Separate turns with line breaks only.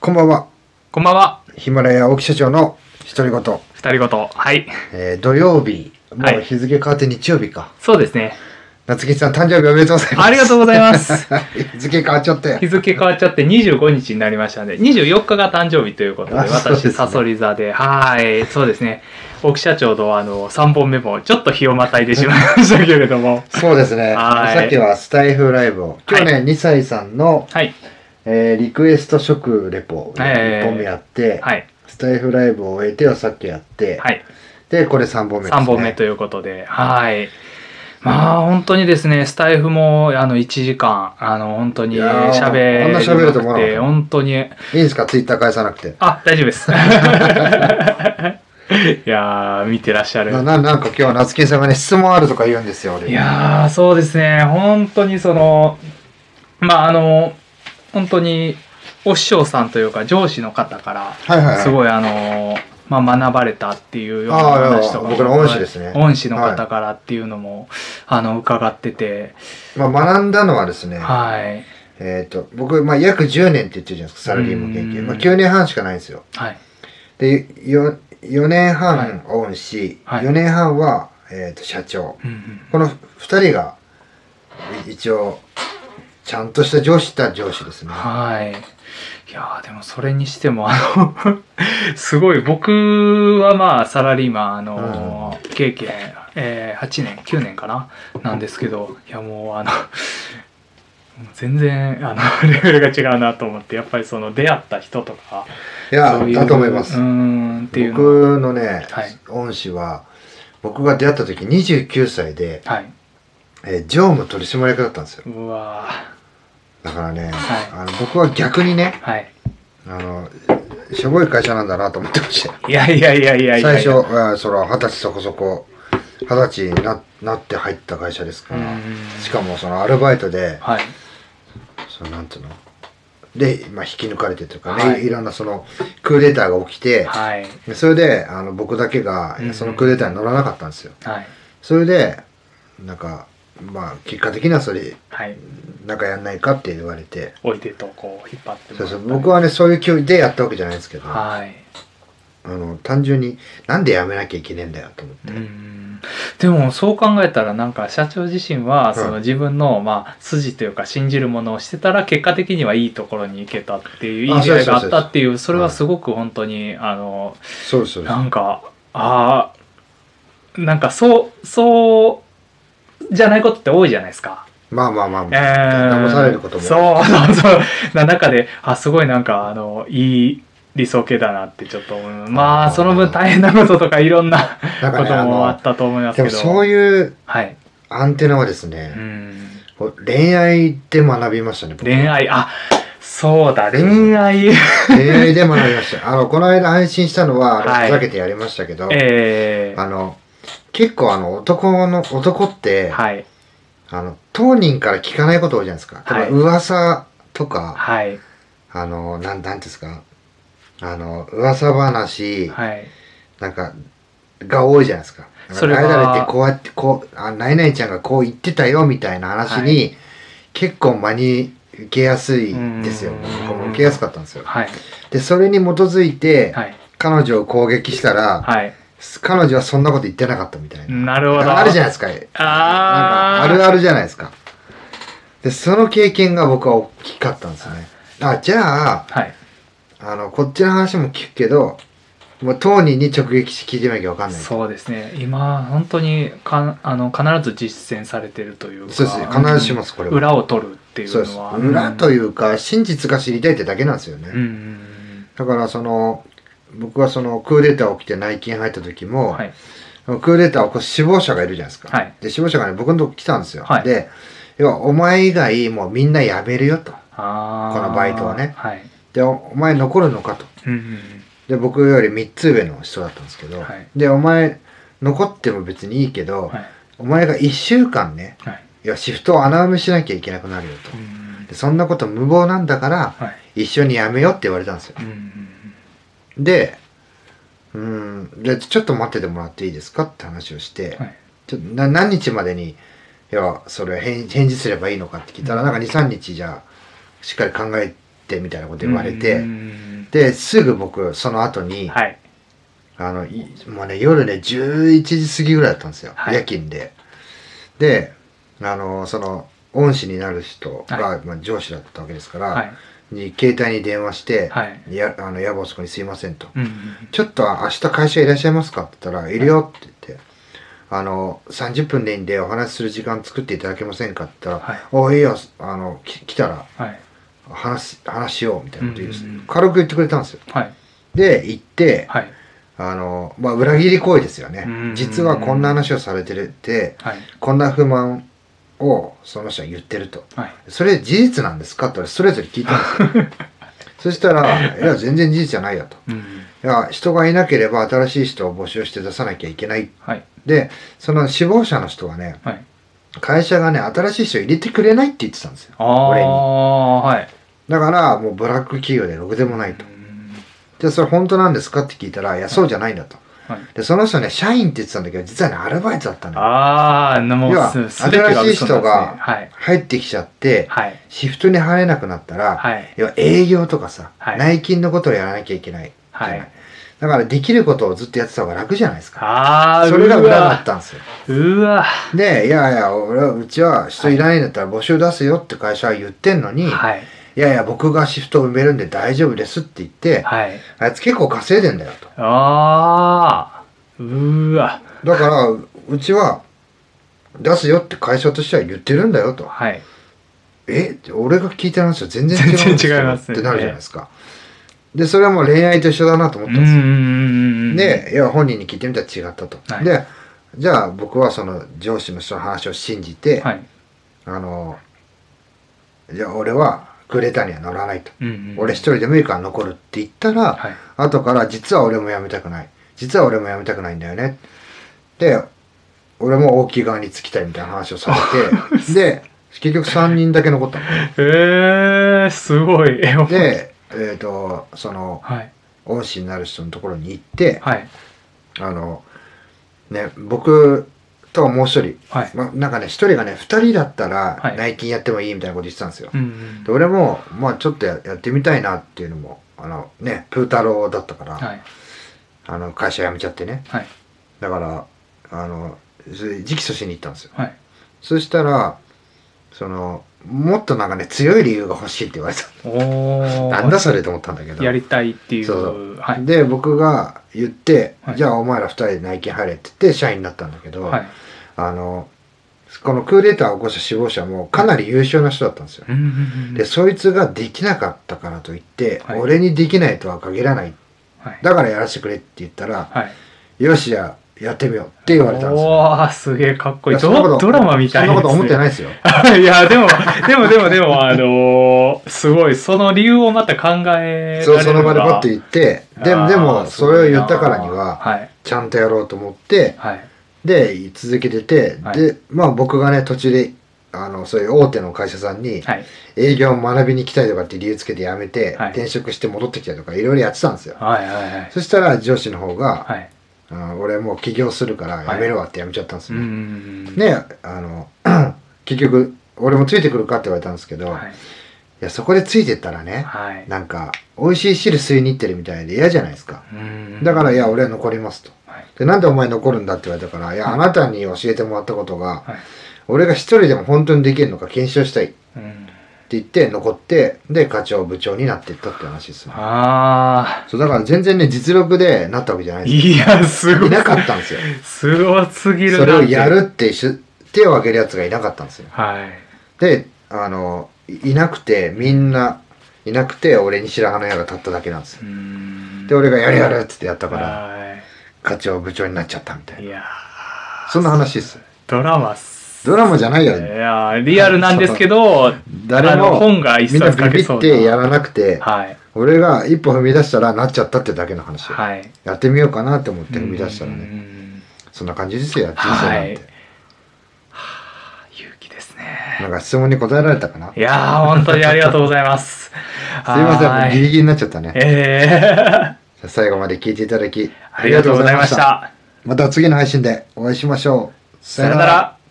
こんばんは。
こんばんは。
ヒマラヤ青木社長の独り言。
二人ごと。はい。
えー、土曜日、も
は
う
い
日付変わって日曜日か。
そうですね。
夏木さん、誕生日おめでとうございます。
ありがとうございます。
日付変わっちゃって
日。付変わっちゃって25日になりましたんで、24日が誕生日ということで、
あそうです
私、
ね
サソリ座で、はーい、そうですね。奥社長とあの、3本目もちょっと日をまたいでしまいましたけれども。
そうですね。
はい
さっきはスタイフライブを。去年2歳さんの、
はい。
えーリクエスト食レポ、
はいはいはい
1本目やって、
はい。
スタイフライブを終えてをさっきやって、
はい。
で、これ3本目です、ね。
3本目ということで、はい。まあ、本当にですね、スタイフも、あの、1時間、あの、本当に
いやー
喋
あんな喋ると思わなかっ
れ
た
な本当に、
いいんですかツイッター返さなくて。
あ、大丈 夫です。いやー、見てらっしゃる
な。ななんか今日は夏木さんがね、質問あるとか言うんですよ、俺。
いやー、そうですね。本当にその、まあ、あの、本当に、お師匠さんというか、上司の方か
はいはい、は
ら、
い。
すごいあの、まあ、学ばれたっていうような
ああ
話とかも
いや僕の恩師ですね
恩師の方からっていうのも、あの、伺ってて、
まあ、学んだのはですね、
はい。
えっ、と、僕、まあ、約10年って言ってるじゃないですか、サラリーマン研究。
うん
まあ、9年半しかないんですよ。
はい。
で、4, 4年
はい
半恩師、
はい
4年半は、えっ、と、社長。
うんうん
この2人が、い一応、ちゃんとした上司ったら上司ですね。
はい。いやーでもそれにしても、あの、 すごい、僕はまあ、サラリーマン、あの、経験、えー8年、9年かななんですけど、いやもう、あの、 もう全然、あの、 レベルが違うなと思って、やっぱりその、出会った人とか、
いや
そういう
だと思います。
うーん、っていうのは
僕のね、
はい
恩師は、僕が出会った時29歳で、
はい。
えー常務取締役だったんですよ。
うわ
だからね、
はい
あの僕は逆にね
ー、はい。
あの、しょぼい会社なんだなと思ってました。
いやいやいやいやいや
最初、あーその二十歳そこそこ、二十歳にななって入った会社ですか
う
ら、
ーん
しかもそのアルバイトで、
はい。
そのなんていうの、で、まあ、引き抜かれてというかね、
はい
い、ろんなそのクーデターが起きて、
はい。
でそれであの僕だけが
うん
そのクーデターに乗らなかったんですよ。
はい。
それで、なんか、まあ、結果的にはそれ、
はい。
なんかやんないかって言われて、
置いてと、こう、引っ張っても
そ
ら
う
っ
そ
たり
う僕はね、そういう教育でやったわけじゃないんですけど、
はい。
あの単純になんでやめなきゃいけねえんだよと思っ
う
て、
んでもそう考えたらなんか社長自身は
ん
その自分のまあ筋というか信じるものをしてたら結果的にはいいところに行けたっていうい
あ
い出会いがあ
そうです
ったっていう
そ
そう
です
れはすごく本当にあの
そうそうそう
なんかああなんかそうそうじゃないことって多いじゃないですか。
まあまあまあ、
えー
騙されることも
そうそうそうな中であすごいなんかあのいい理想系だなってちょっと思うま
あ
あ
ー
その分大変なこととかいろんな
な
こ
んかね
と
あ
もあっ
の
たと思います
で
け
も
ど。
そういう
はい。
アンテナはです
う
ね、
ん。
こう恋愛で学びましたね僕
恋愛、あ、そうだ、恋愛。
恋愛で学びましたあのこの間配信したのは、
はい
ふざけてやりましたけど、
え
あの結構あの男の男って、
えはい、
あの当人から聞かないこと多いじゃないですか、
はい
噂とか
はい、
あのなんなんていうんですかあの噂話、
はい。
なんか、が多いじゃないですか。
それは
誰々ってこうやって、こう、あ、何々ちゃんがこう言ってたよみたいな話に、
は
結構間に受けやすいんですよ
うん。
僕も受けやすかったんですよ。
はい、
で、それに基づいて、
はい、
彼女を攻撃したら、
はい。
彼女はそんなこと言ってなかったみたいな。
なるほど。
あるじゃないですか。なん
あー
かあるあるじゃないですか。で、その経験が僕は大きかったんですね。あ、じゃあ、
はい。
あの、こっちの話も聞くけど、もう当人に直撃して聞いてみなきゃわかんない。
そうですね。今、本当にかあの必ず実践されてるというか、
そうですね必ずしますこれは
裏を取るってい
そうで
う
す
のは。
裏と
う
いうか真実が知りたいってだけなんですよね、
ん。うんうん
だからその僕はそのクーデター起きて内勤入った時
う
も、
ん。はい、
クーデター起こす死亡者がいるじゃないですか、
はい
で死亡者がね僕のとこ来たんですよ、
はい
で要はお前以外もうみんな辞めるよと
あー
このバイトはね
はい。
でおお前残るのかと
うんうん
で僕より3つ上の人だったんですけど、
はい
でお前残っても別にいいけ
う
ど、
ん。はい。
お前が1週間ね
はい。
いやシフトを穴埋めしなきゃいけなくなるよと、
うんうん
でそんなこと無謀なんだから
はい。
一緒に辞めようって言われたんですよ
うんうんうん
で、うん、で、ちょっと待っててもらっていいですかって話をして、
はい
ちょっとな何日までに、要は、それ返返事すればいいのかって聞いたら、なんか2、3日じゃあ、しっかり考えてみたいなこと言われて、
うんうんうん
で、すぐ僕、その後に、
はい。
あの、いもうね、夜ね、11時過ぎぐらいだったんですよ。
はい
夜勤で。で、あの、その、恩師になる人が、
は
まあ、上司だったわけですから、
はい。
に携帯に電話して、
はい。
やあのやぼそこにすいませんと、
うん。
ちょっと明日会社いらっしゃいますかって言ったら、いるよって言って、あの、30分でいいんでお話しする時間作っていただけませんかって言ったら、
はい
おいいよ、あの、き来たら
はい。
話す、話しようみたいなこと言うんです、
うんうんうん
軽く言ってくれたんですよ。
はい。
で、行って、
はい。
あの、まあ、裏切り行為ですよね。
うんうんうん
実はこんな話をされてるって、
はい。
こんな不満をその人は言ってると。
はい。
それ事実なんですかってそれぞれ聞いたんで すよ。そしたら、いや、全然事実じゃないよと。
うん。
いや、人がいなければ新しい人を募集して出さなきゃいけない。
はい。
で、その死亡者の人はね、
はい。
会社がね、新しい人入れてくれないって言ってたんですよ。
ああ
俺に
ー、はい。
だから、もうブラック企業でろくでもないと
う。ん
で、それ本当なんですかって聞いたら、いや、そうじゃないんだと。
はい。
で、その人ね、社員って言ってたんだけど、実はね、アルバイトだったんだよ。
ああ、も
要は
うす、すべてが
新しい人が
嘘なんですね
入ってきちゃって、
はい。はい。
シフトに入れなくなったら、
はい。
要は営業とかさ、
はい
内勤のことをやらなきゃいけない。
は。
じゃないだから、できることをずっとやってた方が楽じゃないですか。
ああ、
それが
う
裏だっ
わ。
たんですよ。
うわ。
で、いやいや、俺はうちは人いないんだったら募集出すよって会社は言ってんのに、い、
はい。
やいや、僕がシフトを埋めるんで大丈夫ですって言って、
はい。
あいつ結構稼いでんだよと。
ああ、うわ。
だから、うちは出すよって会社としては言ってるんだよと。
はい。
え俺が聞いた話と全然違うん
全
です
然
よ
違います
っ
ね
てなるじゃないですか。で、それはもう恋愛と一緒だなと思
う
っ
ん
た
うんん
ですよ。
うんうん。
で、いや、本人に聞いてみたら違ったと。
はい
で、じゃあ僕はその上司の人の話を信じて、
はい。
あの、じゃあ俺はクレーターには乗らないと。
うんうん
俺一人でもいいから残るって言ったら、
はい。
後から実は俺も辞めたくない。実は俺も辞めたくないんだよね。で、俺も大きい側につきたいみたいな話をされ て、で、結局3人だけ残ったの。
ええ、すごい。え、 はい。
で、えっ、と、その、
はい。
恩師になる人のところに行って、
はい。
あの、ね、僕ともう一人、
はい。
ま、なんかね、一人がね、二人だった
は
ら
い
内勤やってもいいみたいなこと言ってたんですよ。
うんうん
で。俺も、まあちょっとややってみたいなっていうのも、あのね、プータローだったから、
はい。
あの会社辞めちゃってね。
はい。
だから、あの、それ直訴しに行ったんですよ。
はい。
そしたら、その、もっとなんかね、強い理由が欲しいって言われた。
おお。
なんだそれと思ったんだけど。
やりたいっていう。
そう
はい。
で、僕が言って、
はい
じゃあお前ら二人で内勤入れって言って社員になったんだけど、
はい。
あの、このクーデターを起こした死亡者もかなり優秀な人だったんですよ。
うんうんうん。
で、そいつができなかったからといって、
はい
俺にできないとは限らない。
はい。
だからやらせてくれって言ったら、
はい。
よしじゃあやってみようって言われたんですよ。
おー、すげえかっこい
い
い。
やそんなこと
ドドラマみたい
そんなこと思って
い。
ないですよ。
いや、でも、でもでもでも、あのー、すごい、その理由をまた考えられる
そうその場でパッと
言
言って、でも、でも、それを言ったからには、
はい。
ちゃんとやろうと思って、
はい。
で、続けてて、
はい
で、まあ僕がね、途中で、あの、そういう大手の会社さんに、
はい。
営業を学びに来たいとかって理由つけて辞めて、
はい
転職して戻ってきたりとか、いろいろやってたんですよ。
はい。はい。はい。
そしたら上司の方が、
はい。
あの俺もう起業するから辞めるわって辞めちゃったんです
う
よ。
ん。
ね、あの、 結局、俺もついてくるかって言われたんですけど、、
はいい。
や、そこでついてったらね、
はい。
なんか、美味しい汁吸いに行ってるみたいで嫌じゃないですか。
うん
だから、いや、俺は残りますと。
はい。
で、なんでお前残るんだって言われたから、いや、あなたに教えてもらったことが、
はい。
俺が一人でも本当にできるのか検証したいって
うん。
言って、残って、で、課長、部長になっていったって話ですよ。
あ
そう、だから全然ね、実力でなったわけじゃない
ー。
です。
いや、すご
い
い。
なかったんですよ。
すごすぎるな
それをや。るってし手を挙げるやつがいなかったんですよ。
はい。
で、あの、いいなくて、みんな、いなくて、俺に白羽の矢が立っただけなんですよ。
うん
で、俺がやるやるっつってやったから、
は
課長、部長になっちゃったみた
い。
い
い
な。
やー
そんな話です。
ドラマっす
ドラマじゃないよ
い。やーリアルなんですけど、
誰
あの
も、
本が一
みんな
冊書
ビ
け
ビ
そう
っ
な
てやらなくて、
はい。
俺が一歩踏み出したらなっちゃったってだけの話、
はい。
やってみようかなって思って踏み出したら
う
ね
ん
そんな感じですよ人生なんて、
はい勇気ですね。
なんか質問に答えられたかなす
い
い
やー、本当にありがとうござい ます。すい
ませんもうギリギリになっちゃったね
ええ
じゃあ最後まで聞いていただき
ありがとうございました。
また次の配信でお会いしましょう
さよなら。